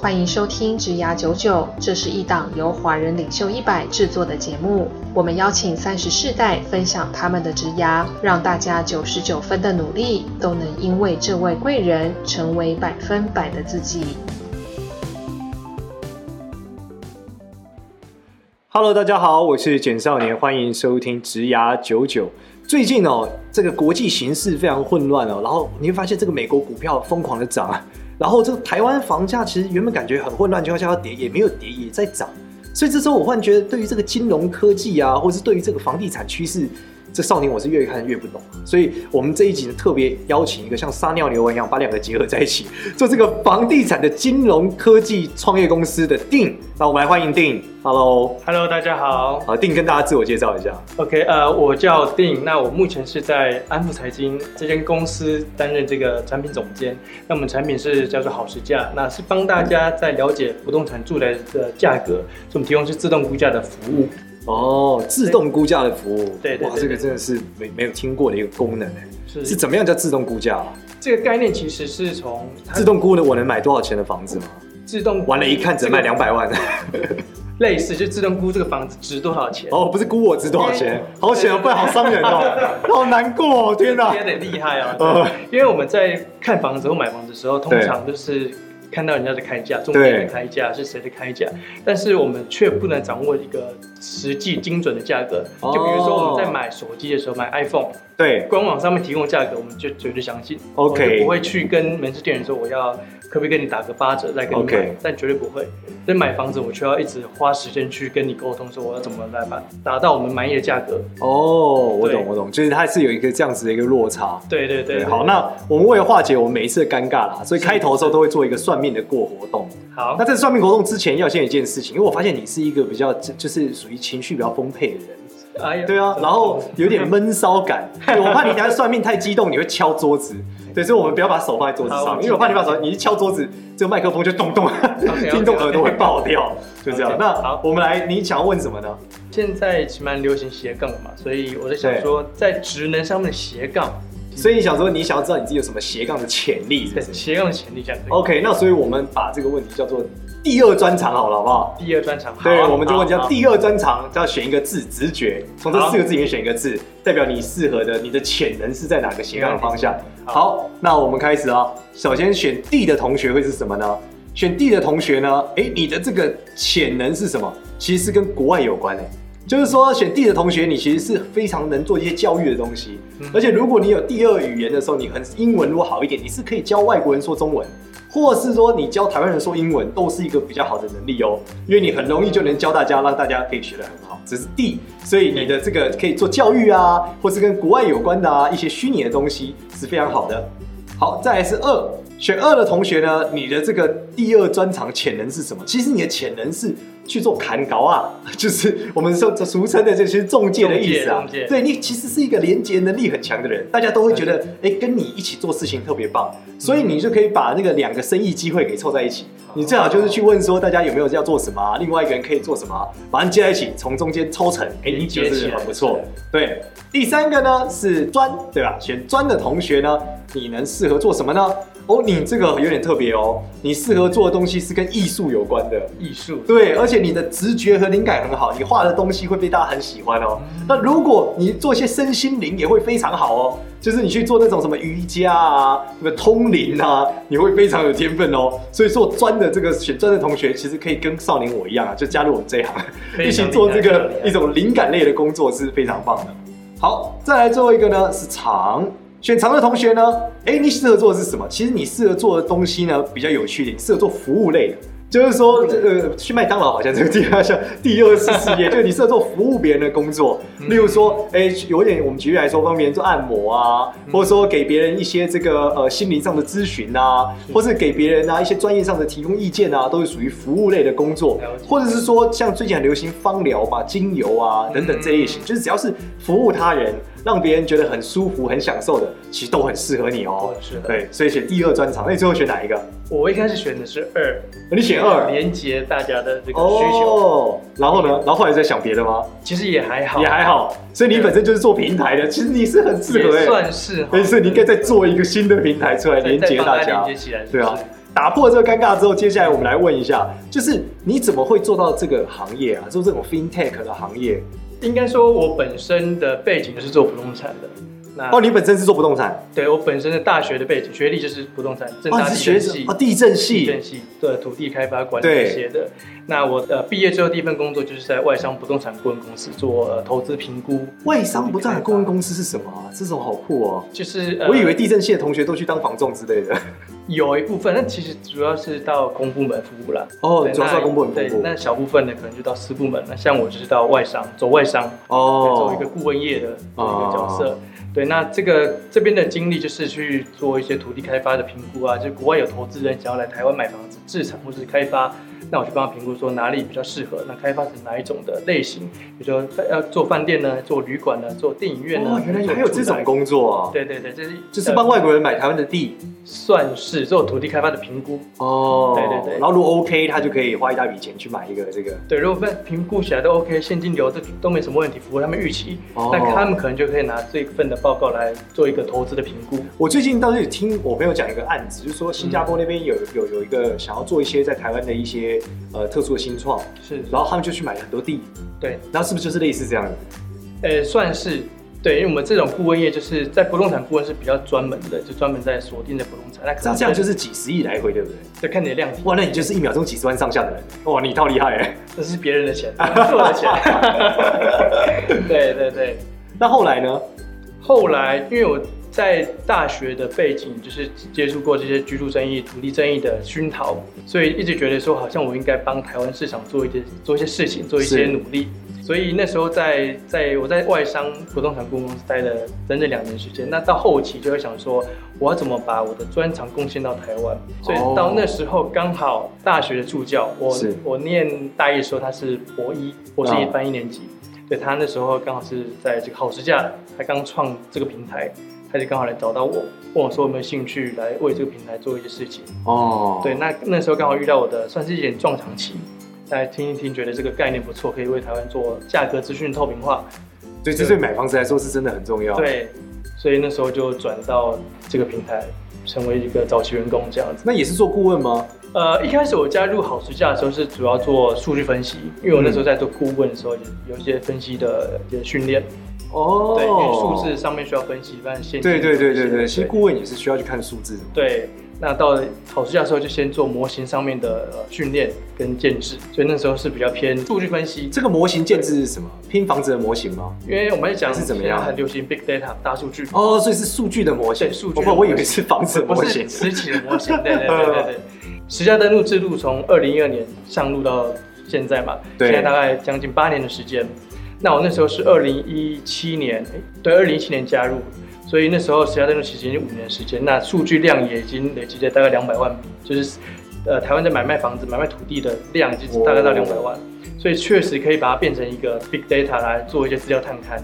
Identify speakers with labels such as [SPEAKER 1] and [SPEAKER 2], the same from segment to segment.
[SPEAKER 1] 欢迎收听《职涯九九》，这是一档由华人领袖一百制作的节目。我们邀请三十世代分享他们的职涯，让大家九十九分的努力都能因为这位贵人成为百分百的自己。
[SPEAKER 2] Hello，大家好，我是简少年，欢迎收听《职涯九九》。最近哦，这个国际形势非常混乱哦，然后你会发现这个美国股票疯狂的涨啊，然后这个台湾房价其实原本感觉很混乱，情况下要跌也没有跌，也在涨。所以这时候我忽然觉得，对于这个金融科技啊，或是对于这个房地产趋势，这少年我是越看越不懂。所以我们这一集呢，特别邀请一个像撒尿牛丸一样把两个结合在一起，做这个房地产的金融科技创业公司的定。那我们来欢迎定，Hello，
[SPEAKER 3] Hello，大家好。
[SPEAKER 2] 好，定跟大家自我介绍一下。
[SPEAKER 3] OK，呃，我叫定，那我目前是在安富财经这间公司担任这个产品总监。那我们产品是叫做好时价，那是帮大家在了解不动产住宅的价格，所以我们提供是自动估价的服务。
[SPEAKER 2] 哦，自动估价的服务，
[SPEAKER 3] 对对对
[SPEAKER 2] 哇，
[SPEAKER 3] 对
[SPEAKER 2] 这个真的是没没有听过的一个功能哎，
[SPEAKER 3] 是
[SPEAKER 2] 是怎么样叫自动估价啊？
[SPEAKER 3] 这个概念其实是从它
[SPEAKER 2] 自动估的我能买多少钱的房子吗？
[SPEAKER 3] 自动
[SPEAKER 2] 完了，一看只卖两
[SPEAKER 3] 百，
[SPEAKER 2] 百万，
[SPEAKER 3] 类似就自动估这个房子值多少钱。
[SPEAKER 2] 哦，不是估我值多少钱，好险哦，不然好伤人哦，好难过哦， 天哪
[SPEAKER 3] 有，点厉害啊！
[SPEAKER 2] 呃，
[SPEAKER 3] 因为我们在看房子或买房子的时候，通常都是看到人家的开价，中介的开价是谁的开价，但是我们却不能掌握一个实际精准的价格。
[SPEAKER 2] 哦
[SPEAKER 3] 就比如说我们在买手机的时候，买 iPhone，
[SPEAKER 2] 对，
[SPEAKER 3] 官网上面提供的价格，我们就绝对相信。
[SPEAKER 2] OK
[SPEAKER 3] 我就不会去跟门市店员说我要可不可以跟你打个八折再跟你买
[SPEAKER 2] OK
[SPEAKER 3] 但绝对不会。所以买房子，我却要一直花时间去跟你沟通，说我要怎么来把达到我们满意的价格。
[SPEAKER 2] 哦，我懂
[SPEAKER 3] 对
[SPEAKER 2] 我懂，就是它是有一个这样子的一个落差。
[SPEAKER 3] 对对对，
[SPEAKER 2] 对，好，那我们为了化解我们每一次的尴尬啦，所以开头的时候都会做一个算命的过活动。
[SPEAKER 3] 好
[SPEAKER 2] 那，在算命活动之前，要先有一件事情，因为我发现你是一个比较就是属于情绪比较丰沛的人。
[SPEAKER 3] 哎呀
[SPEAKER 2] 对 啊，然后有点闷骚感，对我怕你等下算命太激动，你会敲桌子。对，所以我们不要把手放在桌子
[SPEAKER 3] 好
[SPEAKER 2] 上，
[SPEAKER 3] 我
[SPEAKER 2] 因为我怕你把手，你一敲桌子，这个麦克风就咚咚，
[SPEAKER 3] OK，OK，OK
[SPEAKER 2] 听众耳朵会爆掉，就这样。
[SPEAKER 3] OK，
[SPEAKER 2] 那
[SPEAKER 3] 好嗯
[SPEAKER 2] 我们来，你想要问什么呢？
[SPEAKER 3] 现在其实蛮流行斜杠的嘛，所以我在想
[SPEAKER 2] 对
[SPEAKER 3] 说，在职能上面的斜杠，
[SPEAKER 2] 所以你想说，你想要知道你自己有什么斜杠的潜力，是不
[SPEAKER 3] 对
[SPEAKER 2] 是
[SPEAKER 3] 斜杠的潜力这样可以。
[SPEAKER 2] 嗯？OK，那所以我们把这个问题叫做第二专长好了，好不好？
[SPEAKER 3] 第二专场，
[SPEAKER 2] 对，
[SPEAKER 3] 好
[SPEAKER 2] 我们就问
[SPEAKER 3] 好
[SPEAKER 2] 叫
[SPEAKER 3] 好
[SPEAKER 2] 第二专长，就要选一个字，直觉。从这四个字里面选一个字，代表你适合的，你的潜能是在哪个斜杠的方向。
[SPEAKER 3] 好
[SPEAKER 2] 好，那我们开始啊。首先选 D 的同学会是什么呢？选 D 的同学呢？诶，你的这个潜能是什么？其实是跟国外有关的、就是说，选 D 的同学，你其实是非常能做一些教育的东西，
[SPEAKER 3] 嗯
[SPEAKER 2] 而且如果你有第二语言的时候，你很英文如果好一点，你是可以教外国人说中文，或是说你教台湾人说英文，都是一个比较好的能力哦，因为你很容易就能教大家，让大家可以学得很好。这是 D，所以你的这个可以做教育啊，或是跟国外有关的啊一些虚拟的东西是非常好的。好，再来是二，选二的同学呢，你的这个第二专长潜能是什么？其实你的潜能是去做砍高啊， 就是我们说俗称的这些中介的意思啊
[SPEAKER 3] 中介中介。
[SPEAKER 2] 对你其实是一个连接能力很强的人，大家都会觉得，哎，跟你一起做事情特别棒，所以你就可以把那个两个生意机会给凑在一起。你最好就是去问说大家有没有要做什么啊、另外一个人可以做什么啊、把你接在一起，从中间抽成，哎，你觉得是很不错。对，第三个呢是专，对吧？选专的同学呢，你能适合做什么呢？哦，你这个有点特别哦，你适合做的东西是跟艺术有关的。
[SPEAKER 3] 艺术，
[SPEAKER 2] 对，而且你的直觉和灵感很好，你画的东西会被大家很喜欢哦。
[SPEAKER 3] 嗯
[SPEAKER 2] 那如果你做一些身心灵，也会非常好哦。就是你去做那种什么瑜伽啊、什么通灵啊，你会非常有天分哦。所以做专的这个选专的同学，其实可以跟少年我一样啊，就加入我们这一行，一
[SPEAKER 3] 非
[SPEAKER 2] 起
[SPEAKER 3] 常
[SPEAKER 2] 做这
[SPEAKER 3] 厉害
[SPEAKER 2] 个
[SPEAKER 3] 非常厉害
[SPEAKER 2] 一种灵感类的工作是非常棒的。好，再来最后一个呢是长。选长的同学呢，哎，你适合做的是什么？其实你适合做的东西呢比较有趣一点，你适合做服务类的。就是说，呃，去麦当劳好像这个第二项第二次事业，就是你适合做服务别人的工作，例如说，哎、有点我们举例来说，帮别人做按摩啊，或者说给别人一些这个呃心灵上的咨询啊，或是给别人啊一些专业上的提供意见啊，都是属于服务类的工作
[SPEAKER 3] 了解，
[SPEAKER 2] 或者是说像最近很流行芳疗嘛、精油啊等等这类型，
[SPEAKER 3] 嗯
[SPEAKER 2] 就是只要是服务他人，让别人觉得很舒服、很享受的，其实都很适合你哦
[SPEAKER 3] 都。很适合
[SPEAKER 2] 对，所以选第二专长。那你最后选哪一个？哦
[SPEAKER 3] 我一开始选的是二，
[SPEAKER 2] 你选二。
[SPEAKER 3] 连接大家的这个需求，
[SPEAKER 2] 哦，然后呢？然后后来在想别的吗？
[SPEAKER 3] 其实也还好，
[SPEAKER 2] 也还好，所以你本身就是做平台的，其实你是很适合
[SPEAKER 3] 也
[SPEAKER 2] 哎，
[SPEAKER 3] 算是哈，
[SPEAKER 2] 但是你应该再做一个新的平台出来
[SPEAKER 3] 对
[SPEAKER 2] 连接
[SPEAKER 3] 再帮
[SPEAKER 2] 大家
[SPEAKER 3] 连接。起来，
[SPEAKER 2] 对啊
[SPEAKER 3] 是不是，
[SPEAKER 2] 打破这个尴尬之后，接下来我们来问一下，就是你怎么会做到这个行业啊？做这种 fintech 的行业？
[SPEAKER 3] 应该说，我本身的背景是做不动产的。那
[SPEAKER 2] 哦，你本身是做不动产，
[SPEAKER 3] 对我本身的大学的背景学历就是不动产，正
[SPEAKER 2] 哦，
[SPEAKER 3] 大
[SPEAKER 2] 你是
[SPEAKER 3] 地
[SPEAKER 2] 学
[SPEAKER 3] 震
[SPEAKER 2] 者
[SPEAKER 3] 系
[SPEAKER 2] 哦，地震
[SPEAKER 3] 地
[SPEAKER 2] 系
[SPEAKER 3] 震系的土地开发管理
[SPEAKER 2] 对
[SPEAKER 3] 这些的。那我呃毕业之后第一份工作就是在外商不动产顾问公司做、呃、投资评估，
[SPEAKER 2] 外商不动产顾问公司是什么啊？这种好酷哦！
[SPEAKER 3] 就是、呃、
[SPEAKER 2] 我以为地震系的同学都去当房仲之类的。
[SPEAKER 3] 有一部分，那其实主要是到公部门服务啦。
[SPEAKER 2] 哦，
[SPEAKER 3] 对
[SPEAKER 2] 主要是
[SPEAKER 3] 那
[SPEAKER 2] 要公部门
[SPEAKER 3] 对
[SPEAKER 2] 服务。
[SPEAKER 3] 那小部分的可能就到私部门，那像我就是到外商，走外商，走一个
[SPEAKER 2] 哦，
[SPEAKER 3] 顾问业的这么一个角色。对，那这个这边的经历就是去做一些土地开发的评估啊，就国外有投资人想要来台湾买房子置产或是开发，那我去帮他评估说哪里比较适合，那开发成哪一种的类型，比如说要做饭店呢，做旅馆呢，做电影院呢，
[SPEAKER 2] 哦，原来还有
[SPEAKER 3] 做住
[SPEAKER 2] 这
[SPEAKER 3] 宅
[SPEAKER 2] 种。工作啊！
[SPEAKER 3] 对对对，这是呃
[SPEAKER 2] 就是帮外国人买台湾的地。
[SPEAKER 3] 算是做土地开发的评估，
[SPEAKER 2] 哦，
[SPEAKER 3] 对对对
[SPEAKER 2] 然后如果 OK，他就可以花一大笔钱去买一个这个。
[SPEAKER 3] 对，如果分评估起来都 OK，现金流这都没什么问题，符合他们预期，
[SPEAKER 2] 哦
[SPEAKER 3] 那他们可能就可以拿这份的报告来做一个投资的评估。
[SPEAKER 2] 我最近倒是有听我朋友讲一个案子，就是说新加坡那边有
[SPEAKER 3] 嗯
[SPEAKER 2] 有有一个想要做一些在台湾的一些呃特殊的新创，
[SPEAKER 3] 是，
[SPEAKER 2] 然后他们就去买了很多地，
[SPEAKER 3] 对，
[SPEAKER 2] 然后是不是就是类似这样的？
[SPEAKER 3] 呃，算是对，因为我们这种顾问业就是在不动产顾问是比较专门的，就专门在锁定的不动产。那可
[SPEAKER 2] 这样
[SPEAKER 3] 能
[SPEAKER 2] 这样就是是几十亿来回，对不对？
[SPEAKER 3] 就看你的量体，
[SPEAKER 2] 哇，那你就是一秒钟几十万上下的人，哇，你超厉害哎！
[SPEAKER 3] 这是别人的钱，不是我的钱。 对对对，
[SPEAKER 2] 那后来呢？
[SPEAKER 3] 后来因为我在大学的背景就是接触过这些居住争议、土地争议的熏陶，所以一直觉得说好像我应该帮台湾市场做一些做一些事情，做一
[SPEAKER 2] 是
[SPEAKER 3] 些努力。所以那时候在在我在外商不动产顾问公司待了整整两年时间，那到后期就会想说我要怎么把我的专长贡献到台湾。所以
[SPEAKER 2] 哦
[SPEAKER 3] 到那时候刚好大学的助教，我
[SPEAKER 2] 是
[SPEAKER 3] 我念大一的时候他是博一，我是一
[SPEAKER 2] 啊
[SPEAKER 3] 班一年级。对他那时候刚好是在这个好时价，他刚创这个平台，他就刚好来找到我，问我说有没有兴趣来为这个平台做一些事情。
[SPEAKER 2] 哦，
[SPEAKER 3] 对，，那那时候刚好遇到我的，算是一点撞墙期。来听一听，觉得这个概念不错，可以为台湾做价格资讯透明化。
[SPEAKER 2] 所以这对买房子来说是真的很重要。，
[SPEAKER 3] 对，所以那时候就转到这个平台，成为一个早期员工这样子。
[SPEAKER 2] 那也是做顾问吗？
[SPEAKER 3] 呃，一开始我加入好时价的时候是主要做数据分析，因为我那时候在做顾问的时候也有一些分析的一些训练。
[SPEAKER 2] 哦，
[SPEAKER 3] 对，因为数字上面需要分析，不然现金
[SPEAKER 2] 对对对对对，其实
[SPEAKER 3] 对
[SPEAKER 2] 顾问也是需要去看数字的。
[SPEAKER 3] 对。那到了考试的时候，就先做模型上面的呃训练跟建制，所以那时候是比较偏数据分析，
[SPEAKER 2] 这个模型建制是什么？拼房子的模型吗？
[SPEAKER 3] 因为我们在讲
[SPEAKER 2] 还是怎么样
[SPEAKER 3] 现在很流行 big data 大数据，
[SPEAKER 2] 哦，所以是数据的模型。
[SPEAKER 3] 对数据
[SPEAKER 2] 哦
[SPEAKER 3] 的模型
[SPEAKER 2] 不，我以为是房子的模
[SPEAKER 3] 不
[SPEAKER 2] 型
[SPEAKER 3] 是。实体的模型，对对对对 对。实价登录制度从二零一二年上路到现在嘛，
[SPEAKER 2] 对
[SPEAKER 3] 现在大概将近八年的时间。那我那时候是二零一七年，诶对，二零一七年加入，所以那时候实价登录其实已经五年的时间，那数据量也已经累积了大概两百万笔，就是呃台湾在买卖房子、买卖土地的量已经大概到两百万，所以确实可以把它变成一个 big data 来做一些资料探勘。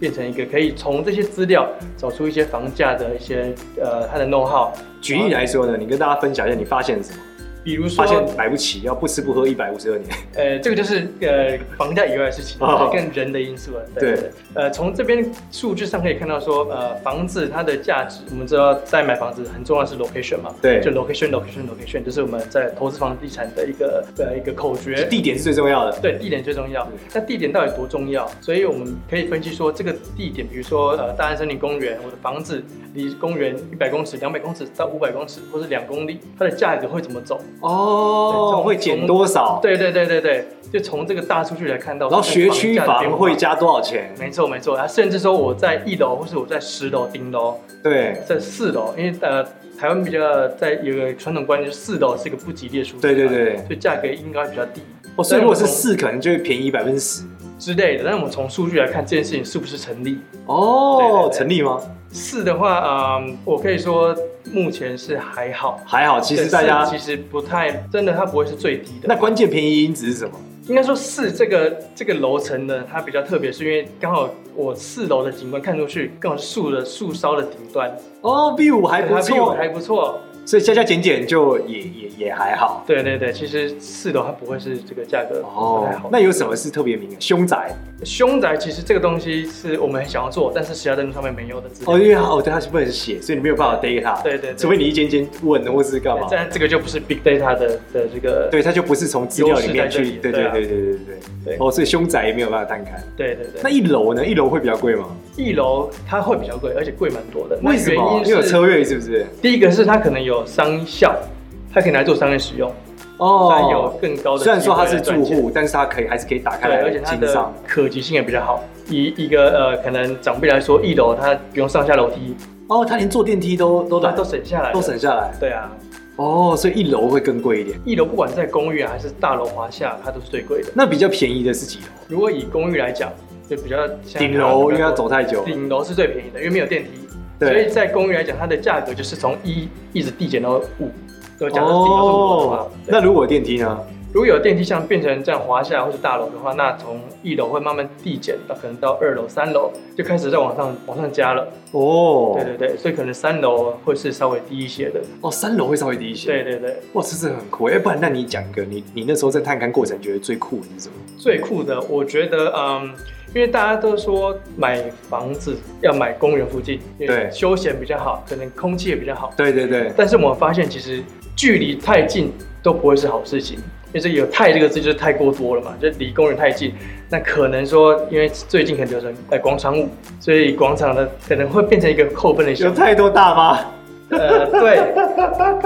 [SPEAKER 3] 变成一个可以从这些资料找出一些房价的一些呃它的 know how，
[SPEAKER 2] 举例来说呢，你跟大家分享一下你发现了什么？
[SPEAKER 3] 比如说
[SPEAKER 2] 发现买不起，要不吃不喝一百五十二年。
[SPEAKER 3] 呃这个就是呃房价以外的事情，
[SPEAKER 2] 哦
[SPEAKER 3] 跟人的因素了。
[SPEAKER 2] 对
[SPEAKER 3] 呃从这边数据上可以看到说呃房子它的价值，我们知道在买房子很重要的是 location 嘛，
[SPEAKER 2] 对
[SPEAKER 3] 就 location location location，这是我们在投资房地产的一个呃一个口诀。
[SPEAKER 2] 地点是最重要的。
[SPEAKER 3] 对，地点最重要
[SPEAKER 2] 对。
[SPEAKER 3] 那地点到底多重要？所以我们可以分析说，这个地点，比如说呃，大安森林公园，我的房子离公园一百公尺、两百公尺到五百公尺，或是两公里，它的价格会怎么走？对
[SPEAKER 2] 哦，
[SPEAKER 3] 从
[SPEAKER 2] 会减多少？
[SPEAKER 3] 对对对对对，就从这个大数据来看到。
[SPEAKER 2] 然后学区
[SPEAKER 3] 这个价格
[SPEAKER 2] 房
[SPEAKER 3] 变化
[SPEAKER 2] 会。加多少钱？
[SPEAKER 3] 没错没错，啊，甚至说我在一楼，或是我在十楼、顶楼，
[SPEAKER 2] 对
[SPEAKER 3] 在四楼，因为呃，台湾比较在有个传统观念，就是四楼是一个不吉利的数字，
[SPEAKER 2] 对对，对。
[SPEAKER 3] 所以价格应该比较低。
[SPEAKER 2] 哦，所以如果是
[SPEAKER 3] 但我从
[SPEAKER 2] 四，可能就会便宜百分之十。
[SPEAKER 3] 之类的，那我们从数据来看这件事情是不是成立？对对
[SPEAKER 2] 哦，
[SPEAKER 3] 对
[SPEAKER 2] 成立吗？
[SPEAKER 3] 是的话，嗯，我可以说目前是还好。
[SPEAKER 2] 还好，其实大
[SPEAKER 3] 对
[SPEAKER 2] 家
[SPEAKER 3] 是其实不太真的，它不会是最低的。
[SPEAKER 2] 那关键便宜因子是什么？
[SPEAKER 3] 应该说四这个这个楼层呢，它比较特别，是因为刚好我四楼的景观看出去，刚好是树的树梢的顶端，
[SPEAKER 2] 哦，B 五还不
[SPEAKER 3] 它 view
[SPEAKER 2] 错，
[SPEAKER 3] 还不错。
[SPEAKER 2] 所以加加减减就也也也还好。
[SPEAKER 3] 对对对，其实四楼它不会是这个价格不
[SPEAKER 2] 哦
[SPEAKER 3] 太好，。
[SPEAKER 2] 那有什么是特别敏感？凶宅
[SPEAKER 3] 凶宅其实这个东西是我们很想要做，但是其他登录上面没有的资料。
[SPEAKER 2] 哦，因为它哦，对，它是不能写，所以你没有办法 data。
[SPEAKER 3] 对对对
[SPEAKER 2] 除非你一间间问或是干嘛。
[SPEAKER 3] 但这个就不是 big data 的的这个。
[SPEAKER 2] 对，它就不是从资料里面
[SPEAKER 3] 优势
[SPEAKER 2] 去，
[SPEAKER 3] 在
[SPEAKER 2] 对
[SPEAKER 3] 这里
[SPEAKER 2] 对
[SPEAKER 3] 对啊
[SPEAKER 2] 对对对对对
[SPEAKER 3] 对。
[SPEAKER 2] 哦，所以凶宅也没有办法探勘。
[SPEAKER 3] 对对对
[SPEAKER 2] 那一楼呢？一楼会比较贵吗？
[SPEAKER 3] 一楼它会比较贵，而且贵蛮多的。那
[SPEAKER 2] 为什么？
[SPEAKER 3] 原
[SPEAKER 2] 因为有
[SPEAKER 3] 因
[SPEAKER 2] 车
[SPEAKER 3] 是
[SPEAKER 2] 位是不是？
[SPEAKER 3] 第一个是它可能有商效，它可以拿来做商业使用，它有
[SPEAKER 2] 哦，
[SPEAKER 3] 更高的。
[SPEAKER 2] 虽然说它是住，户，但是它可以还是可以打开
[SPEAKER 3] 对，而
[SPEAKER 2] 来
[SPEAKER 3] 且它
[SPEAKER 2] 经
[SPEAKER 3] 的
[SPEAKER 2] 商。
[SPEAKER 3] 可及性也比较好。以一个呃，可能长辈来说，一楼它不用上下楼梯，
[SPEAKER 2] 哦，它连坐电梯都都
[SPEAKER 3] 它
[SPEAKER 2] 懒
[SPEAKER 3] 都省下来，
[SPEAKER 2] 都省。下来。
[SPEAKER 3] 对啊，
[SPEAKER 2] 哦，所以一楼会更贵一点。
[SPEAKER 3] 一楼不管在公寓啊还是大楼华夏，它都是最贵的。
[SPEAKER 2] 那比较便宜的是几楼？
[SPEAKER 3] 如果以公寓来讲，就比较像
[SPEAKER 2] 顶楼，因为要走太久。
[SPEAKER 3] 顶楼是最便宜的，因为没有电梯，
[SPEAKER 2] 对
[SPEAKER 3] 所以在公寓来讲，它的价格就是从一一直递减到五。就假设
[SPEAKER 2] 哦
[SPEAKER 3] 顶楼是五楼的话，对
[SPEAKER 2] 那如果有电梯呢？
[SPEAKER 3] 如果有电梯像变成这样华夏或是大楼的话，那从一楼会慢慢递减到可能到二楼、三楼就开始再往上往上加了。
[SPEAKER 2] 哦，
[SPEAKER 3] 对对对，所以可能三楼会是稍微低一些的。
[SPEAKER 2] 哦，三楼会稍微低一些。
[SPEAKER 3] 对，对对，
[SPEAKER 2] 哇，这是很酷。哎，不然那你讲一个，你你那时候在探勘过程觉得最酷的是什么？
[SPEAKER 3] 最酷的，我觉得，嗯，因为大家都说买房子要买公园附近，因为
[SPEAKER 2] 对
[SPEAKER 3] 休闲比较好，可能空气也比较好。
[SPEAKER 2] 对对对，
[SPEAKER 3] 但是我们发现，其实距离太近都不会是好事情，因为这有“太”这个字就是太过多了嘛，就离公园太近，那可能说，因为最近很流行呃广场舞，所以广场的可能会变成一个扣分的 项
[SPEAKER 2] 有
[SPEAKER 3] 目。
[SPEAKER 2] 太多大妈。
[SPEAKER 3] 呃，对，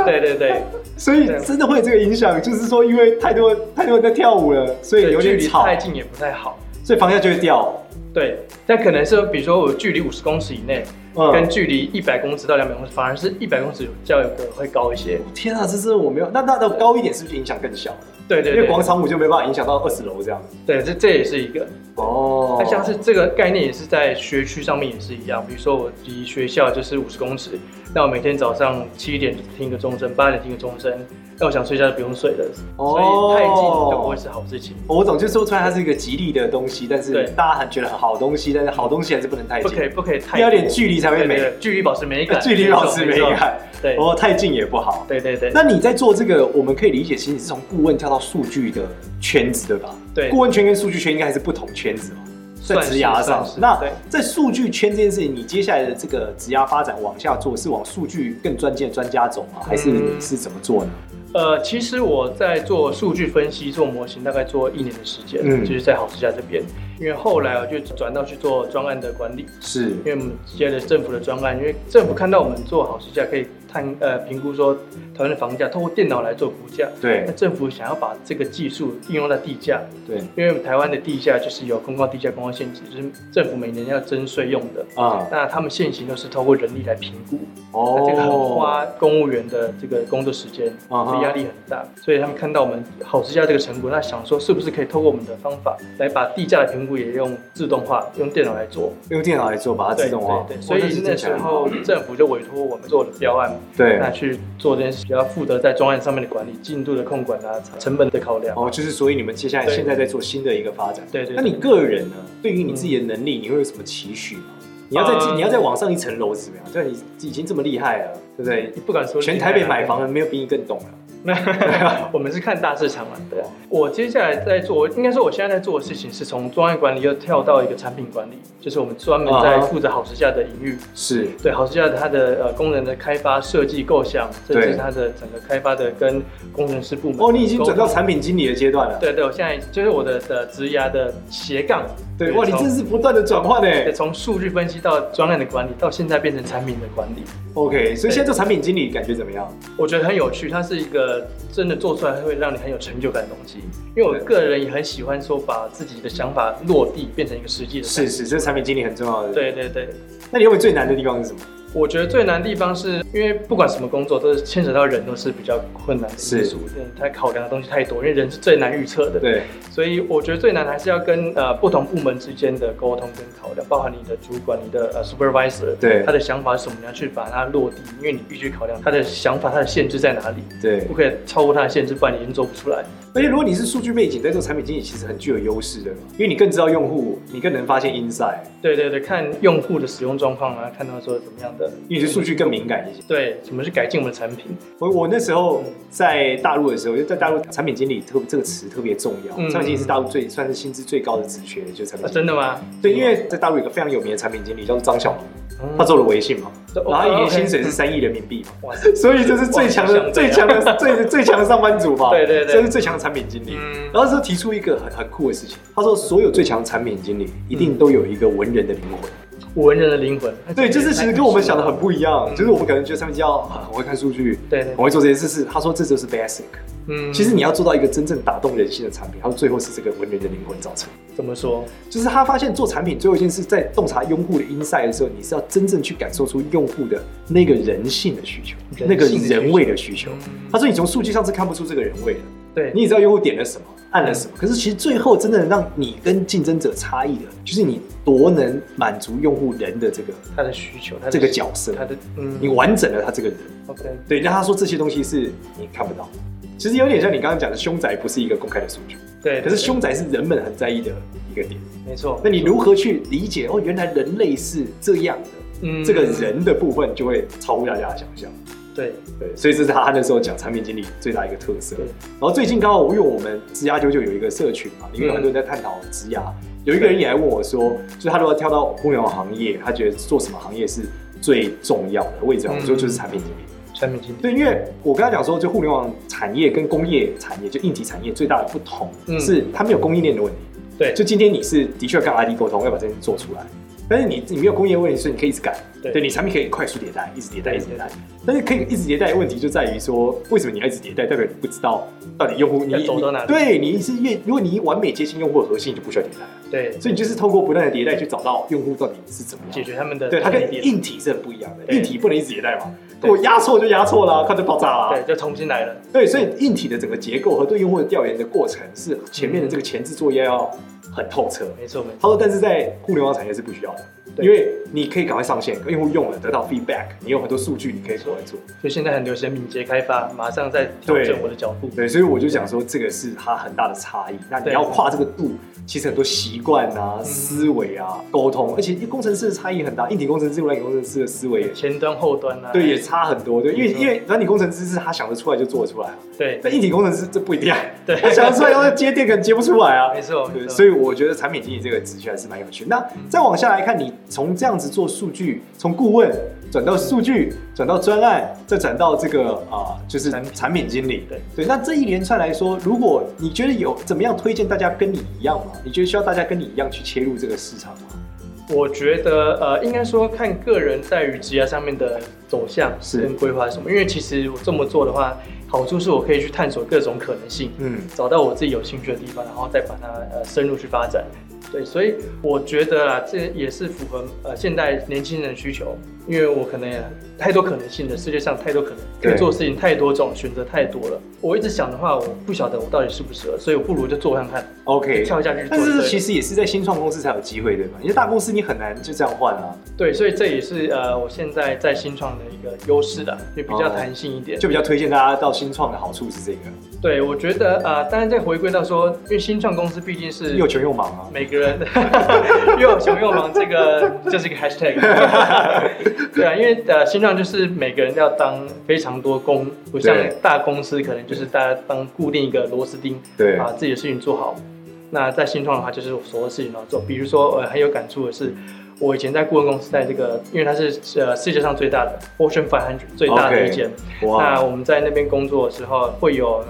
[SPEAKER 3] 对对 对，
[SPEAKER 2] 所以
[SPEAKER 3] 对
[SPEAKER 2] 真的会有这个影响，就是说，因为太多太多人在跳舞了，所以有
[SPEAKER 3] 距
[SPEAKER 2] 点
[SPEAKER 3] 离
[SPEAKER 2] 吵，
[SPEAKER 3] 太近也不太好。
[SPEAKER 2] 所以房价就会掉。
[SPEAKER 3] 对，但可能是比如说我距离五十公尺以内，跟
[SPEAKER 2] 嗯，
[SPEAKER 3] 距离一百公尺到两百公尺，反而是一百公尺价格会高一些。
[SPEAKER 2] 天啊，这是我没有。那那那高一点是不是影响更小？
[SPEAKER 3] 对对
[SPEAKER 2] 因为
[SPEAKER 3] 对
[SPEAKER 2] 广，场舞就没办法影响到二十楼这样。
[SPEAKER 3] 对这这也是一个。
[SPEAKER 2] 哦
[SPEAKER 3] 那像是这个概念也是在学区上面也是一样，比如说我离学校就是五十公尺，那我每天早上七点听个钟声，八点听个钟声，那我想睡觉就不用睡了，所以太近都不会是好事情，
[SPEAKER 2] 我懂，就是说出来它是一个吉利的东西，但是
[SPEAKER 3] 对
[SPEAKER 2] 大家很觉得很好的东西，但是好东西还是不能太
[SPEAKER 3] 不
[SPEAKER 2] 近，
[SPEAKER 3] 可以不可以太
[SPEAKER 2] 要有点距离才会
[SPEAKER 3] 对对
[SPEAKER 2] 美，
[SPEAKER 3] 对距离保持美感，
[SPEAKER 2] 距离保持美
[SPEAKER 3] 错，
[SPEAKER 2] 感。
[SPEAKER 3] 错对
[SPEAKER 2] 哦，太近也不好。
[SPEAKER 3] 对对对
[SPEAKER 2] 那你在做这个，我们可以理解，其实你是从顾问跳到数据的圈子，对吧？
[SPEAKER 3] 对
[SPEAKER 2] 顾问圈跟数据圈应该还是不同圈子嘛，在
[SPEAKER 3] 算是
[SPEAKER 2] 职涯上
[SPEAKER 3] 算。是
[SPEAKER 2] 那
[SPEAKER 3] 对
[SPEAKER 2] 在数据圈这件事情，你接下来的这个职涯发展往下做，是往数据更专业的专家走
[SPEAKER 3] 嗯
[SPEAKER 2] 吗？还是你是怎么做呢？
[SPEAKER 3] 呃，其实我在做数据分析、做模型，大概做一年的时间，
[SPEAKER 2] 嗯
[SPEAKER 3] 就是在好之家这边。因为后来我就转到去做专案的管理，
[SPEAKER 2] 是
[SPEAKER 3] 因为我们接了政府的专案，因为政府看到我们做好市价，可以探呃评估说台湾的房价，透过电脑来做估价。那
[SPEAKER 2] 对
[SPEAKER 3] 政府想要把这个技术应用在地价，
[SPEAKER 2] 对
[SPEAKER 3] 因为台湾的地价就是有公告地价、公告限制，就是政府每年要征税用的。
[SPEAKER 2] 啊、
[SPEAKER 3] 那他们现行都是透过人力来评估，
[SPEAKER 2] 哦
[SPEAKER 3] 那这个很花公务员的这个工作时间，
[SPEAKER 2] 啊哈
[SPEAKER 3] 所以压力很大。所以他们看到我们好之家这个成果，那想说是不是可以透过我们的方法来把地价的评估也用自动化，用电脑来做。
[SPEAKER 2] 用电脑来做，把它自动化。
[SPEAKER 3] 对对对，
[SPEAKER 2] 哦
[SPEAKER 3] 所
[SPEAKER 2] 那
[SPEAKER 3] 以
[SPEAKER 2] 是
[SPEAKER 3] 那
[SPEAKER 2] 听起来
[SPEAKER 3] 时
[SPEAKER 2] 很好
[SPEAKER 3] 候政府就委托我们做了标案，
[SPEAKER 2] 对
[SPEAKER 3] 那去做这件事，比较负责在专案上面的管理、进度的控管啊、成本的考量。
[SPEAKER 2] 哦，就是所以你们接下来
[SPEAKER 3] 对
[SPEAKER 2] 现在在做新的一个发展。
[SPEAKER 3] 对对对
[SPEAKER 2] 那你个人呢？对于你自己的能力，你会有什么期许吗？你要再进
[SPEAKER 3] 呃
[SPEAKER 2] 你要再往上一层楼是怎么样？对你已经这么厉害了，对不对？
[SPEAKER 3] 不敢说
[SPEAKER 2] 全
[SPEAKER 3] 厉害
[SPEAKER 2] 台
[SPEAKER 3] 啊
[SPEAKER 2] 北买房的没有比你更懂了。
[SPEAKER 3] 那啊我们是看大市场嘛，对。
[SPEAKER 2] 啊
[SPEAKER 3] 我接下来在做，应该说我现在在做的事情是从专案管理又跳到一个产品管理，就是我们专门在
[SPEAKER 2] 啊哈
[SPEAKER 3] 负责好时价的营运。
[SPEAKER 2] 是
[SPEAKER 3] 对，好时价它的呃功能的开发、设计、构想，甚
[SPEAKER 2] 对
[SPEAKER 3] 至它的整个开发的跟工程师部门。
[SPEAKER 2] 哦，你已经转到。产品经理的阶段了。
[SPEAKER 3] 对对，我现在就是我的的职涯的斜杠。
[SPEAKER 2] 对，哇，你
[SPEAKER 3] 从
[SPEAKER 2] 真是不断的转换呢。
[SPEAKER 3] 对从数据分析到专案的管理，到现在变成产品的管理，
[SPEAKER 2] OK，所以现在做产品经理感觉怎么样？
[SPEAKER 3] 我觉得很有趣。它是一个真的做出来会让你很有成就感的东西。因为我个人也很喜欢说把自己的想法落地，变成一个实际的。
[SPEAKER 2] 是。是，这是产品经理很重要的。，
[SPEAKER 3] 对对对，
[SPEAKER 2] 那你认为最难的地方是什么？
[SPEAKER 3] 我觉得最难的地方是因为不管什么工作，都是牵扯到人，都是比较困难的因素。对，它考量的东西太多，因为人是最难预测的。。
[SPEAKER 2] 对，
[SPEAKER 3] 所以我觉得最难还是要跟呃不同部门之间的沟通跟考量，包含你的主管、你的呃 supervisor，
[SPEAKER 2] 对
[SPEAKER 3] 他的想法是什么，你要去把它落地，因为你必须考量他的想法、他的限制在哪里，
[SPEAKER 2] 对
[SPEAKER 3] 不可以超过他的限制，不然你已经做不出来。
[SPEAKER 2] 而且如果你是数据背景，在做产品经理其实很具有优势的，因为你更知道用户，你更能发现 insight。
[SPEAKER 3] 对对对，看用户的使用状况啊，看他说怎么样的的，
[SPEAKER 2] 因为你对数据更敏感一些。
[SPEAKER 3] 对，什么是改进我们的产品？
[SPEAKER 2] 我我那时候在大陆的时候，就在大陆产品经理特这个词特别重要，
[SPEAKER 3] 嗯
[SPEAKER 2] 产品经理是大陆最算是薪资最高的职缺，就是产品
[SPEAKER 3] 啊，
[SPEAKER 2] 经理。
[SPEAKER 3] 真的吗？
[SPEAKER 2] 对，因为在大陆有一个非常有名的产品经理叫做张小龙，
[SPEAKER 3] 嗯
[SPEAKER 2] 他做了微信嘛，
[SPEAKER 3] 哦
[SPEAKER 2] 然后他一年
[SPEAKER 3] ，OK
[SPEAKER 2] 薪水是三亿人民币嘛，
[SPEAKER 3] 哇塞，
[SPEAKER 2] 所以这是最强的、
[SPEAKER 3] 哇啊
[SPEAKER 2] 最强的、最最强的上班族嘛。
[SPEAKER 3] 对对对
[SPEAKER 2] 这是最强的产品经理。
[SPEAKER 3] 嗯，
[SPEAKER 2] 然后就提出一个很很酷的事情，他说所有最强产品经理一
[SPEAKER 3] 嗯
[SPEAKER 2] 定都有一个文人的灵魂。
[SPEAKER 3] 文人的灵魂，
[SPEAKER 2] 对，就是其实跟我们想的很不一样，
[SPEAKER 3] 嗯
[SPEAKER 2] 就是我们可能觉得产品经理要很很会看数据，
[SPEAKER 3] 对对
[SPEAKER 2] 很，会做这些事是他说这就是 basic。
[SPEAKER 3] 嗯
[SPEAKER 2] 其实你要做到一个真正打动人心的产品，它最后是这个文人的灵魂造成。
[SPEAKER 3] 怎么说？
[SPEAKER 2] 就是他发现做产品最后一件事，在洞察用户的 insight 的时候，你是要真正去感受出用户的那个人性的需求，
[SPEAKER 3] 人性
[SPEAKER 2] 那
[SPEAKER 3] 的
[SPEAKER 2] 个
[SPEAKER 3] 需求
[SPEAKER 2] 人味的需求。
[SPEAKER 3] 嗯
[SPEAKER 2] 他说你从数据上是看不出这个人味的，
[SPEAKER 3] 对，
[SPEAKER 2] 你也知道用户点了什么，按了
[SPEAKER 3] 嗯
[SPEAKER 2] 什么。可是其实最后真的让你跟竞争者差异的，就是你多能满足用户人的这个
[SPEAKER 3] 他的需求，他的
[SPEAKER 2] 这个角色，
[SPEAKER 3] 他的嗯，
[SPEAKER 2] 你完整了他这个人。
[SPEAKER 3] OK，
[SPEAKER 2] 对，让他说这些东西是你看不到。其实有点像你刚刚讲的，凶宅不是一个公开的数据，
[SPEAKER 3] 对，
[SPEAKER 2] 可是
[SPEAKER 3] 对
[SPEAKER 2] 凶宅是人们很在意的一个点。
[SPEAKER 3] 没错，
[SPEAKER 2] 那你如何去理解？哦，原来人类是这样的，
[SPEAKER 3] 嗯
[SPEAKER 2] 这个人的部分就会超乎大家的想象。
[SPEAKER 3] 对
[SPEAKER 2] 对，所以这是他那时候讲产品经理最大一个特色。
[SPEAKER 3] 对
[SPEAKER 2] 然后最近刚好因为我们职涯九九有一个社群嘛，里面有很多人在探讨职涯，有一个人也来问我说，就是他如果跳到公有行业，他觉得做什么行业是最重要的位置？我说
[SPEAKER 3] 嗯
[SPEAKER 2] 就是产品经理。
[SPEAKER 3] 产品经理，
[SPEAKER 2] 对，因为我跟他讲说，就互联网产业跟工业产业，就硬体产业最大的不同、
[SPEAKER 3] 嗯
[SPEAKER 2] 是它没有供应链的问题。
[SPEAKER 3] 对
[SPEAKER 2] 就今天你是的确跟 ID 沟通，要把这件事做出来，但是你你没有工业问题，所以你可以一直改，
[SPEAKER 3] 对
[SPEAKER 2] 你产品可以快速迭代，一直迭代，一直迭代
[SPEAKER 3] 对。
[SPEAKER 2] 但是可以一直迭代的问题就在于说，为什么你要一直迭代？代表你不知道到底用户你
[SPEAKER 3] 要走到哪里
[SPEAKER 2] 你对，你是越如果你完美接近用户的核心，你就不需要迭代了。
[SPEAKER 3] 对，
[SPEAKER 2] 所以你就是透过不断的迭代去找到用户到底是怎么样
[SPEAKER 3] 解决他们的
[SPEAKER 2] 对，它
[SPEAKER 3] 痛
[SPEAKER 2] 跟
[SPEAKER 3] 点
[SPEAKER 2] 硬体是很不一样的，
[SPEAKER 3] 对
[SPEAKER 2] 硬体不能一直迭代嘛，
[SPEAKER 3] 对
[SPEAKER 2] 我压错就压错啦，它就爆炸啦。
[SPEAKER 3] 对，就重新来了，
[SPEAKER 2] 对，所以硬体的整个结构和对用户的调研的过程是前面的这个前置作业要很透彻。
[SPEAKER 3] 没错没错，
[SPEAKER 2] 他说，但是在互联网产业是不需要的，
[SPEAKER 3] 对
[SPEAKER 2] 因为你可以赶快上线，用户用了得到 feedback，你有很多数据你可以做来做。
[SPEAKER 3] 就现在很流行敏捷开发，马上再调整
[SPEAKER 2] 对
[SPEAKER 3] 我的脚步，
[SPEAKER 2] 对，所以我就讲说，这个是它很大的差异。那你
[SPEAKER 3] 对
[SPEAKER 2] 要跨这个度，其实很多习惯啊、思维啊、沟通，而且工程师的差异很大，硬体工程师、软体工程师的思维也
[SPEAKER 3] 前端后端啊，
[SPEAKER 2] 对，也差很多。对，因为
[SPEAKER 3] 没错
[SPEAKER 2] 因为软体工程师是他想得出来就做得出来啊，
[SPEAKER 3] 对
[SPEAKER 2] 但硬体工程师这不一定啊，
[SPEAKER 3] 对
[SPEAKER 2] 他想得出来，要是接电可能接不出来啊
[SPEAKER 3] 没。错没
[SPEAKER 2] 对，
[SPEAKER 3] 错，嗯
[SPEAKER 2] 所以我觉得产品经理这个职缺还是蛮有趣的。那再往下来看，你从这样子做数据，从顾问转到数据，转到专案，再转到这个啊、就是
[SPEAKER 3] 产品
[SPEAKER 2] 产品经理。
[SPEAKER 3] 对
[SPEAKER 2] 对，那这一连串来说，如果你觉得有怎么样推荐大家跟你一样吗？你觉得需要大家跟你一样去切入这个市场吗？
[SPEAKER 3] 我觉得呃，应该说看个人在于职业上面的走向
[SPEAKER 2] 是
[SPEAKER 3] 跟规划是什么，因为其实我这么做的话，好处是我可以去探索各种可能性，
[SPEAKER 2] 嗯，
[SPEAKER 3] 找到我自己有兴趣的地方，然后再把它呃深入去发展。对，所以我觉得啊，这也是符合呃现代年轻人的需求，因为我可能也太多可能性了，世界上太多可能，
[SPEAKER 2] 对
[SPEAKER 3] 可以做的事情太多种，选择太多了。我一直想的话，我不晓得我到底适不适合，所以我不如就做看看，
[SPEAKER 2] OK，
[SPEAKER 3] 跳下去做。
[SPEAKER 2] 但是
[SPEAKER 3] 对
[SPEAKER 2] 其实也是在新创公司才有机会，对吧？因为大公司你很难就这样换啊，
[SPEAKER 3] 对，所以这也是呃我现在在新创的一个优势的，就比较弹性一点。
[SPEAKER 2] 哦就比较推荐大家到新创的好处是这个，
[SPEAKER 3] 对，我觉得呃，当然再回归到说，因为新创公司毕竟是
[SPEAKER 2] 又穷又忙 啊。
[SPEAKER 3] 每个人又穷又忙，这个就是一个 hashtag。对 啊，因为呃，新创就是每个人要当非常多工，不像
[SPEAKER 2] 对
[SPEAKER 3] 大公司可能就是大家当固定一个螺丝钉，
[SPEAKER 2] 对
[SPEAKER 3] 把自己的事情做好。那在新创的话，就是我所有事情都要做。比如说，呃，很有感触的是，我以前在顾问公司，在这个，因为它是呃世界上最大的 Fortune 500最大的一间。那
[SPEAKER 2] 哇，
[SPEAKER 3] 我们在那边工作的时候，会有呃，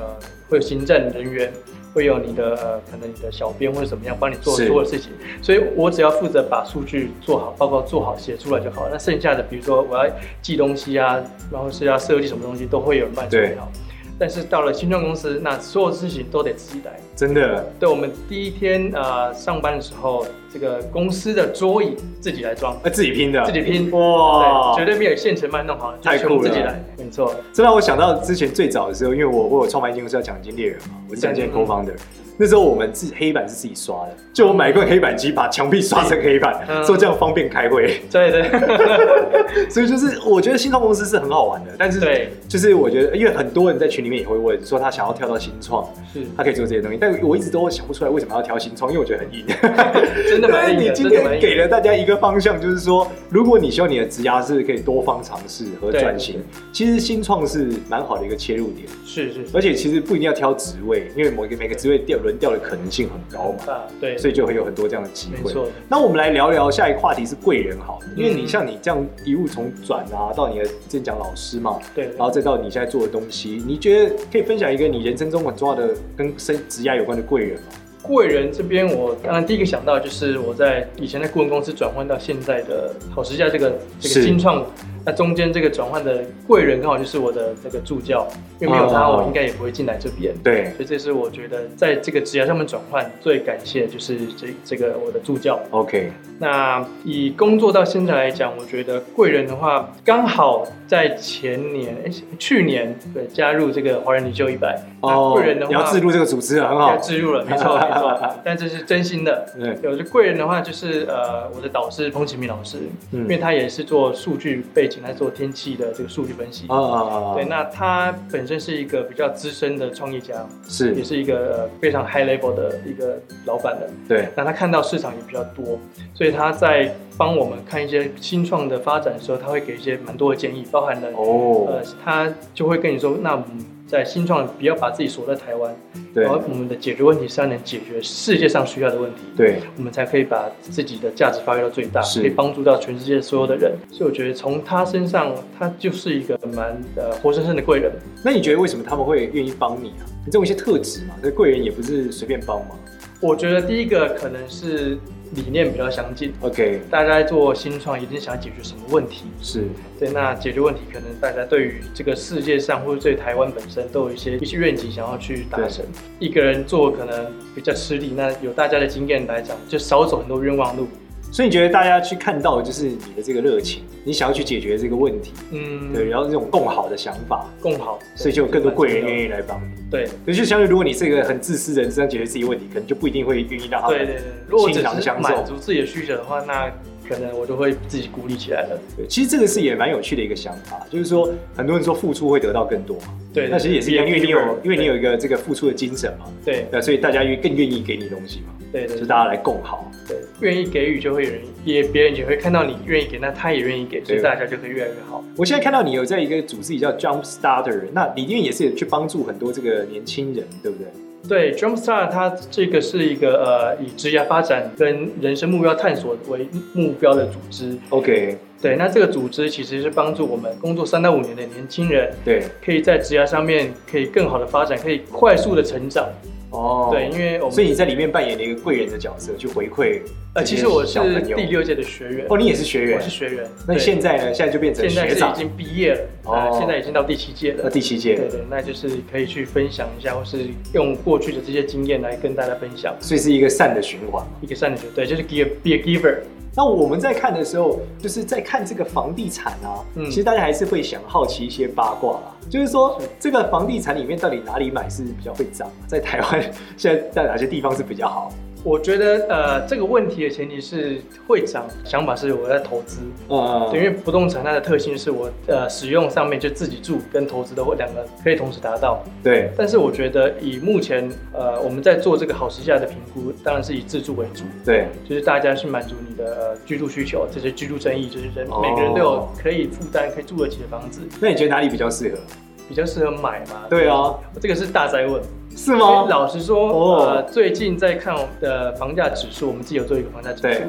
[SPEAKER 3] 会有行政人员，会有你的呃，可能你的小编或者怎么样帮你做
[SPEAKER 2] 是
[SPEAKER 3] 所有事情。所以我只要负责把数据做好，报告做好，写出来就好。那剩下的，比如说我要记东西啊，然后是要设计什么东西，都会有人帮你处理
[SPEAKER 2] 对
[SPEAKER 3] 好。但是到了新创公司，那所有事情都得自己来。
[SPEAKER 2] 真的
[SPEAKER 3] 对我们第一天呃上班的时候，这个公司的桌椅自己来装，
[SPEAKER 2] 呃自己拼的，
[SPEAKER 3] 自己拼
[SPEAKER 2] 哇
[SPEAKER 3] 对，绝对没有现成卖弄好，就
[SPEAKER 2] 太
[SPEAKER 3] 全部
[SPEAKER 2] 酷了
[SPEAKER 3] 自己来，没错，
[SPEAKER 2] 这让我想到之前最早的时候，因为我我有创办一间公司叫奖金猎人嘛，我是奖金 co-founder。那时候我们自黑板是自己刷的，就我买一块黑板机，把墙壁刷成黑板，
[SPEAKER 3] 嗯
[SPEAKER 2] 说这样方便开会。
[SPEAKER 3] 对对
[SPEAKER 2] 所以就是我觉得新创公司是很好玩的，但是
[SPEAKER 3] 对，
[SPEAKER 2] 就是我觉得，因为很多人在群里面也会问，说他想要跳到新创，
[SPEAKER 3] 是
[SPEAKER 2] 他可以做这些东西，但我一直都想不出来为什么要挑新创，因为我觉得很硬。
[SPEAKER 3] 真真的蛮 硬
[SPEAKER 2] 你
[SPEAKER 3] 的，
[SPEAKER 2] 今
[SPEAKER 3] 真的
[SPEAKER 2] 天
[SPEAKER 3] 蛮硬
[SPEAKER 2] 给
[SPEAKER 3] 的。
[SPEAKER 2] 了大家一个方向，就是说，如果你希望你的职涯是可以多方尝试和
[SPEAKER 3] 对
[SPEAKER 2] 转型，其实新创是蛮好的一个切入点，
[SPEAKER 3] 是是是，
[SPEAKER 2] 而且其实不一定要挑职位，因为某一个每个职位调轮调的可能性很高嘛，
[SPEAKER 3] 啊，对，
[SPEAKER 2] 所以就会有很多这样的机
[SPEAKER 3] 没
[SPEAKER 2] 会。
[SPEAKER 3] 错，
[SPEAKER 2] 那我们来聊聊下一个话题是贵人好了，因为你
[SPEAKER 3] 嗯
[SPEAKER 2] 像你这样一路从转啊到你的正讲老师嘛，
[SPEAKER 3] 对
[SPEAKER 2] 然。后再到你现在做的东西，你觉得可以分享一个你人生中很重要的跟生职涯有关的贵人吗？
[SPEAKER 3] 贵人这边，我当然第一个想到就是我在以前的顾问公司转换到现在的好时价这个这
[SPEAKER 2] 是
[SPEAKER 3] 个新创，那中间这个转换的贵人刚好就是我的这个助教，因为没有他，
[SPEAKER 2] 哦
[SPEAKER 3] 我应该也不会进来这边。
[SPEAKER 2] 对，
[SPEAKER 3] 所以这是我觉得在这个职涯上面转换最感谢的就是这这个我的助教。
[SPEAKER 2] OK，
[SPEAKER 3] 那以工作到现在来讲，我觉得贵人的话，刚好在前年，哎、去年对加入这个华人领袖一百，那啊贵人
[SPEAKER 2] 哦
[SPEAKER 3] 的
[SPEAKER 2] 你
[SPEAKER 3] 话，
[SPEAKER 2] 要自入哦这个组织很
[SPEAKER 3] 要
[SPEAKER 2] 好。
[SPEAKER 3] 置入了，没错 没错，但这是真心的。
[SPEAKER 2] 对，
[SPEAKER 3] 有就贵人的话，就是呃，我的导师彭启明老师，因为
[SPEAKER 2] 嗯，
[SPEAKER 3] 他也是做数据背景，他做天气的这个数据分析。
[SPEAKER 2] 啊啊啊，
[SPEAKER 3] 对，那他本身是一个比较资深的创业家，也
[SPEAKER 2] 是，
[SPEAKER 3] 是一个呃非常 high level 的一个老板了。
[SPEAKER 2] 对，
[SPEAKER 3] 那他看到市场也比较多，所以他在帮我们看一些新创的发展的时候，他会给一些蛮多的建议，包含了、
[SPEAKER 2] 哦
[SPEAKER 3] 呃，，他就会跟你说，那我们在新创不要把自己锁在台湾，
[SPEAKER 2] 对
[SPEAKER 3] 然，后我们的解决问题是要能解决世界上需要的问题。
[SPEAKER 2] 对，
[SPEAKER 3] 我们才可以把自己的价值发挥到最大，
[SPEAKER 2] 是
[SPEAKER 3] 可以帮助到全世界所有的人。所以我觉得从他身上，他就是一个蛮呃活生生的贵人。
[SPEAKER 2] 那你觉得为什么他们会愿意帮你啊？你这种一些特质嘛，这贵人也不是随便帮忙。
[SPEAKER 3] 我觉得第一个可能是理念比较相近，
[SPEAKER 2] OK，
[SPEAKER 3] 大家在做新创一定想解决什么问题。
[SPEAKER 2] 是，
[SPEAKER 3] 对，那解决问题可能大家对于这个世界上或者对台湾本身都有一些一些愿景想要去达成。一个人做可能比较吃力，那有大家的经验来讲，就少走很多冤枉路。
[SPEAKER 2] 所以你觉得大家去看到的就是你的这个热情，你想要去解决这个问题，
[SPEAKER 3] 嗯，
[SPEAKER 2] 对，，然后这种更好的想法，
[SPEAKER 3] 更好，
[SPEAKER 2] 所以就有更多贵人愿
[SPEAKER 3] 意。
[SPEAKER 2] 意来帮你。
[SPEAKER 3] 对，
[SPEAKER 2] 可是相对，如果你是一个很自私的人，只想解决自己问题，可能就不一定会愿意让他
[SPEAKER 3] 对对
[SPEAKER 2] 们。
[SPEAKER 3] 对，如果只
[SPEAKER 2] 欣赏
[SPEAKER 3] 是
[SPEAKER 2] 享受
[SPEAKER 3] 满足自己的需求的话，那可能我就会自己孤立起来了。
[SPEAKER 2] 对，其实这个是也蛮有趣的一个想法，就是说很多人说付出会得到更多嘛，
[SPEAKER 3] 对，
[SPEAKER 2] 那其实也是一样，因为你有因为你有
[SPEAKER 3] 对
[SPEAKER 2] 一个这个付出的精神嘛，
[SPEAKER 3] 对
[SPEAKER 2] 那所以大家也更愿意给你东西嘛，
[SPEAKER 3] 对
[SPEAKER 2] 就
[SPEAKER 3] 对
[SPEAKER 2] 是
[SPEAKER 3] 对
[SPEAKER 2] 大家来共好。
[SPEAKER 3] 对，愿意给予就会有人也别人也会看到你愿意给，那他也愿意给，所以
[SPEAKER 2] 对
[SPEAKER 3] 大家就会越来越好。
[SPEAKER 2] 我现在看到你有在一个组织里叫 Jump Starter，那里面也是有去帮助很多这个年轻人，对不对？
[SPEAKER 3] 对，Jumpstart 它这个是一个呃以职业发展跟人生目标探索为目标的组织。
[SPEAKER 2] OK，
[SPEAKER 3] 对，那这个组织其实是帮助我们工作三到五年的年轻人，
[SPEAKER 2] 对，
[SPEAKER 3] 可以在职业上面可以更好的发展，可以快速的成长。
[SPEAKER 2] 哦，
[SPEAKER 3] 对，因为我
[SPEAKER 2] 所
[SPEAKER 3] 们
[SPEAKER 2] 以你在里面扮演了一个贵人的角色，去回馈
[SPEAKER 3] 呃其实我
[SPEAKER 2] 这些
[SPEAKER 3] 是
[SPEAKER 2] 小朋友
[SPEAKER 3] 第六届的学员，
[SPEAKER 2] 哦，你也是学员
[SPEAKER 3] 我是，学员。
[SPEAKER 2] 那你
[SPEAKER 3] 对
[SPEAKER 2] 现在呢？现在就变成
[SPEAKER 3] 现
[SPEAKER 2] 学
[SPEAKER 3] 在是已
[SPEAKER 2] 长，
[SPEAKER 3] 经毕业了，
[SPEAKER 2] 哦
[SPEAKER 3] 啊，现在已经到第七届
[SPEAKER 2] 那
[SPEAKER 3] 了。
[SPEAKER 2] 第七
[SPEAKER 3] 对
[SPEAKER 2] 届，
[SPEAKER 3] 对，那就是可以去分享一下，或是用过去的这些经验来跟大家分享
[SPEAKER 2] 所以是一个善的循环。
[SPEAKER 3] 一个善的学，对，就是 give be a giver，
[SPEAKER 2] 那我们在看的时候，就是在看这个房地产啊，
[SPEAKER 3] 嗯
[SPEAKER 2] 其实大家还是会想好奇一些八卦啦，就是说这个房地产里面到底哪里买是比较会涨，啊在台湾现在在哪些地方是比较好？
[SPEAKER 3] 我觉得呃，这个问题的前提是会长想法是我在投资，
[SPEAKER 2] 呃
[SPEAKER 3] 对，因为不动产它的特性是我呃使用上面就自己住跟投资的两个可以同时达到。
[SPEAKER 2] 对，
[SPEAKER 3] 但是我觉得以目前呃我们在做这个好时价的评估，当然是以自住为主，
[SPEAKER 2] 对，
[SPEAKER 3] 就是大家去满足你的、呃、居住需求，这些居住争议，就是人、
[SPEAKER 2] 哦
[SPEAKER 3] 每个人都有可以负担、可以住得起的房子，
[SPEAKER 2] 那你觉得哪里比较适合？
[SPEAKER 3] 比较适合买嘛。
[SPEAKER 2] 对啊，
[SPEAKER 3] 这个是大灾问。
[SPEAKER 2] 是
[SPEAKER 3] 因
[SPEAKER 2] 吗
[SPEAKER 3] 为？老实说，
[SPEAKER 2] 哦
[SPEAKER 3] 呃，最近在看我们的房价指数，我们自己有做一个房价指数
[SPEAKER 2] 对。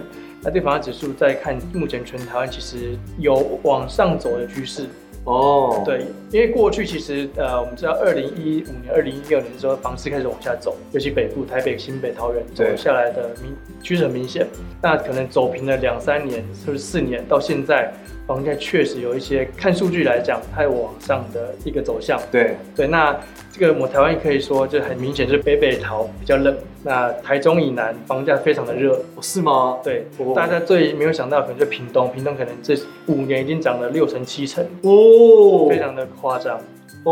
[SPEAKER 3] 那这个房价指数在看目前全台湾其实有往上走的趋势。
[SPEAKER 2] 哦，，
[SPEAKER 3] 对，因为过去其实呃，我们知道二零一五年、二零一六年的时候，房市开始往下走，尤其北部、台北、新北、桃园走
[SPEAKER 2] 对
[SPEAKER 3] 下来的明趋势很明显。那可能走平了两三年，甚至四年，到现在房价确实有一些看数据来讲，它有往上的一个走向。
[SPEAKER 2] 对，
[SPEAKER 3] 对，那这个我们台湾可以说就很明显是北北桃比较冷，那台中以南房价非常的热。
[SPEAKER 2] 哦是吗？
[SPEAKER 3] 对
[SPEAKER 2] 哦，
[SPEAKER 3] 大家最没有想到可能就屏东，屏东可能这五年已经涨了六成七成，
[SPEAKER 2] 哦
[SPEAKER 3] 非常的夸张。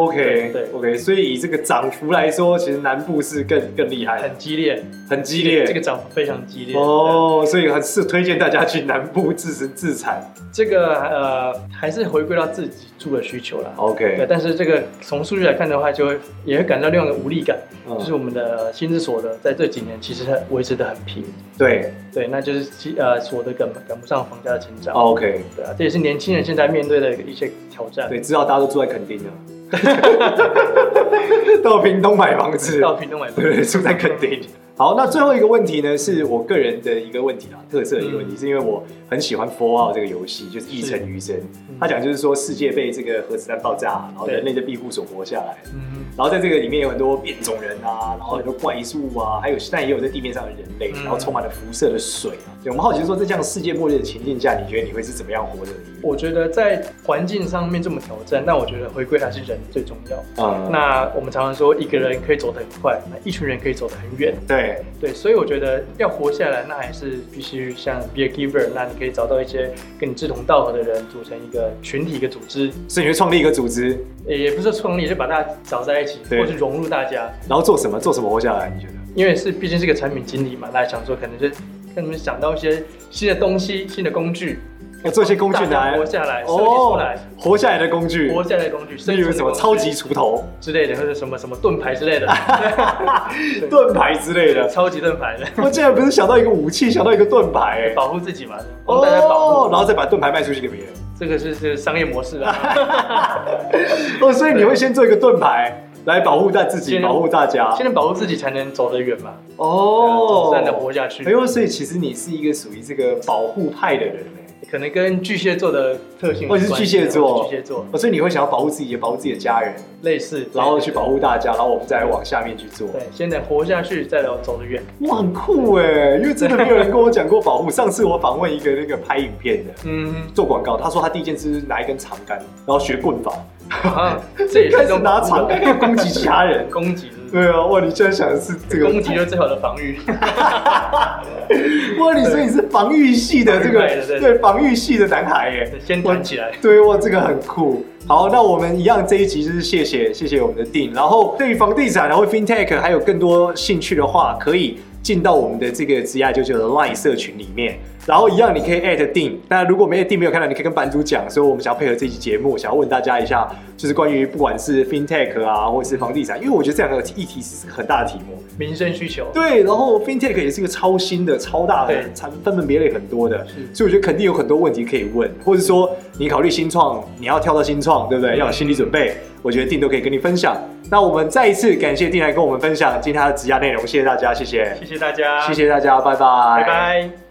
[SPEAKER 2] OK，
[SPEAKER 3] 对
[SPEAKER 2] o k 所以以这个涨幅来说，其实南部是更更厉害，
[SPEAKER 3] 很激烈，
[SPEAKER 2] 很激烈。
[SPEAKER 3] 这个涨幅非常激烈。
[SPEAKER 2] 哦，所以很是推荐大家去南部自食自产。
[SPEAKER 3] 这个呃，还是回归到自己住的需求啦。
[SPEAKER 2] 哦
[SPEAKER 3] 对，
[SPEAKER 2] OK，
[SPEAKER 3] 但是这个从数据来看的话，就会也会感到另外一个无力感，
[SPEAKER 2] 嗯
[SPEAKER 3] 就是我们的薪资所得在这几年其实还维持的很平，
[SPEAKER 2] 对
[SPEAKER 3] 对，那就是其呃所得赶不赶不上房价的成长。
[SPEAKER 2] ，OK，
[SPEAKER 3] 对啊，这也是年轻人现在面对的一些挑战。
[SPEAKER 2] 嗯对，知道大家都住在垦 丁了，到屏东买房子，
[SPEAKER 3] 到屏东买房
[SPEAKER 2] 对，住在垦丁。好，那最后一个问题呢，是我个人的一个问题啊，特色的一个问题，
[SPEAKER 3] 嗯
[SPEAKER 2] 是因为我很喜欢 Fallout 这个游戏，就是一城余生。他讲就是说世界被这个核子弹爆炸，然后
[SPEAKER 3] 对
[SPEAKER 2] 人类的庇护所活下来。
[SPEAKER 3] 嗯，
[SPEAKER 2] 然后在这个里面有很多变种人啊，然后很多怪兽啊，还有但也有在地面上的人类，
[SPEAKER 3] 嗯
[SPEAKER 2] 然后充满了辐射的水啊。对，我们好奇说，在这样世界末日的情境下，你觉得你会是怎么样活着的一个？
[SPEAKER 3] 我觉得在环境上面这么挑战，那我觉得回归还是人最重要。
[SPEAKER 2] 嗯，
[SPEAKER 3] 那我们常常说，一个人可以走得很快，那一群人可以走得很远。
[SPEAKER 2] 对，
[SPEAKER 3] 对，所以我觉得要活下来，那还是必须像 be a giver，那你可以找到一些跟你志同道合的人，组成一个群体、一个组织，
[SPEAKER 2] 所以你会创立一个组织，
[SPEAKER 3] 也也不是说创立，就把大家找在一起，
[SPEAKER 2] 对
[SPEAKER 3] 或是融入大家，
[SPEAKER 2] 然后做什么？做什么活下来？你觉得？
[SPEAKER 3] 因为是毕竟是个产品经理嘛，那想说可能就跟你们想到一些新的东西、新的工具，
[SPEAKER 2] 要做一些工具来哦
[SPEAKER 3] 大家活下来，设计出来，
[SPEAKER 2] 活下来的工具，
[SPEAKER 3] 活下来的工具，
[SPEAKER 2] 例
[SPEAKER 3] 生
[SPEAKER 2] 如
[SPEAKER 3] 存
[SPEAKER 2] 什
[SPEAKER 3] 的
[SPEAKER 2] 么
[SPEAKER 3] 工具
[SPEAKER 2] 超级锄头、
[SPEAKER 3] 之类的，或者什么什么盾牌之类 的，对
[SPEAKER 2] 盾牌之类 的。
[SPEAKER 3] 超级盾牌的，
[SPEAKER 2] 我竟然不是想到一个武器，想到一个盾牌、哎
[SPEAKER 3] 保护自己嘛，帮大家保护，
[SPEAKER 2] 哦然后再把盾牌卖出去给别人。
[SPEAKER 3] 这个是是商业模式啊。
[SPEAKER 2] 哦，所以你会先做一个盾牌来保护大自己，
[SPEAKER 3] 先
[SPEAKER 2] 保护大家。
[SPEAKER 3] 先能啊保护自己，才能走得远嘛，呃
[SPEAKER 2] 哦，
[SPEAKER 3] 才能活下去
[SPEAKER 2] 哎。呦，所以其实你是一个属于这个保护派的人哎。
[SPEAKER 3] 可能跟巨蟹座的特性有
[SPEAKER 2] 哦
[SPEAKER 3] 关
[SPEAKER 2] 你
[SPEAKER 3] 系，啊
[SPEAKER 2] 是巨蟹座
[SPEAKER 3] 我是巨蟹座
[SPEAKER 2] 哦，所以你会想要保护自己，也保护自己的家人，
[SPEAKER 3] 类似，
[SPEAKER 2] 然后去保护大家，然后我们再往下面去做。
[SPEAKER 3] 对，先得活下去，再能走得远。
[SPEAKER 2] 哇，很酷哎！因为真的没有人跟我讲过保护。上次我访问一个那个拍影片的，
[SPEAKER 3] 嗯，
[SPEAKER 2] 做广告，他说他第一件事就是拿一根长杆，然后学棍法，
[SPEAKER 3] 啊，这也 是
[SPEAKER 2] 开
[SPEAKER 3] 一
[SPEAKER 2] 始
[SPEAKER 3] 种
[SPEAKER 2] 拿
[SPEAKER 3] 保
[SPEAKER 2] 长
[SPEAKER 3] 护
[SPEAKER 2] 杆去攻击其他人。
[SPEAKER 3] 攻击，是不是
[SPEAKER 2] 对啊，哇！你居然想的是这个
[SPEAKER 3] 攻击就是最好的防御。
[SPEAKER 2] 哇，你所以你是防御系的这
[SPEAKER 3] 防御派
[SPEAKER 2] 个
[SPEAKER 3] 的对
[SPEAKER 2] 对防御系的男孩耶，
[SPEAKER 3] 先弹起来，
[SPEAKER 2] 对哇，这个很酷。好，那我们一样这一集就是谢谢谢谢我们的 Dean，然后对于房地产然后 FinTech 还有更多兴趣的话，可以进到我们的这个职涯九九的 Line 社群里面，然后一样你可以 at Dean，那如果没有 Dean 没有看到，你可以跟版主讲说我们想要配合这期节目，想要问大家一下，就是关于不管是 FinTech 啊，或者是房地产，因为我觉得这两个议题是很大的题目。
[SPEAKER 3] 民生需求。
[SPEAKER 2] 对，然后 FinTech 也是一个超新的、超大的
[SPEAKER 3] 对
[SPEAKER 2] 产分门别类很多的，
[SPEAKER 3] 是
[SPEAKER 2] 所以我觉得肯定有很多问题可以问，或者说你考虑新创，你要跳到新创，对不对？要有心理准备，我觉得定都可以跟你分享。那我们再一次感谢定来跟我们分享今天他的职涯内容，谢谢大家，谢谢，
[SPEAKER 3] 谢谢大家，
[SPEAKER 2] 谢，谢大家，拜拜，
[SPEAKER 3] 拜拜。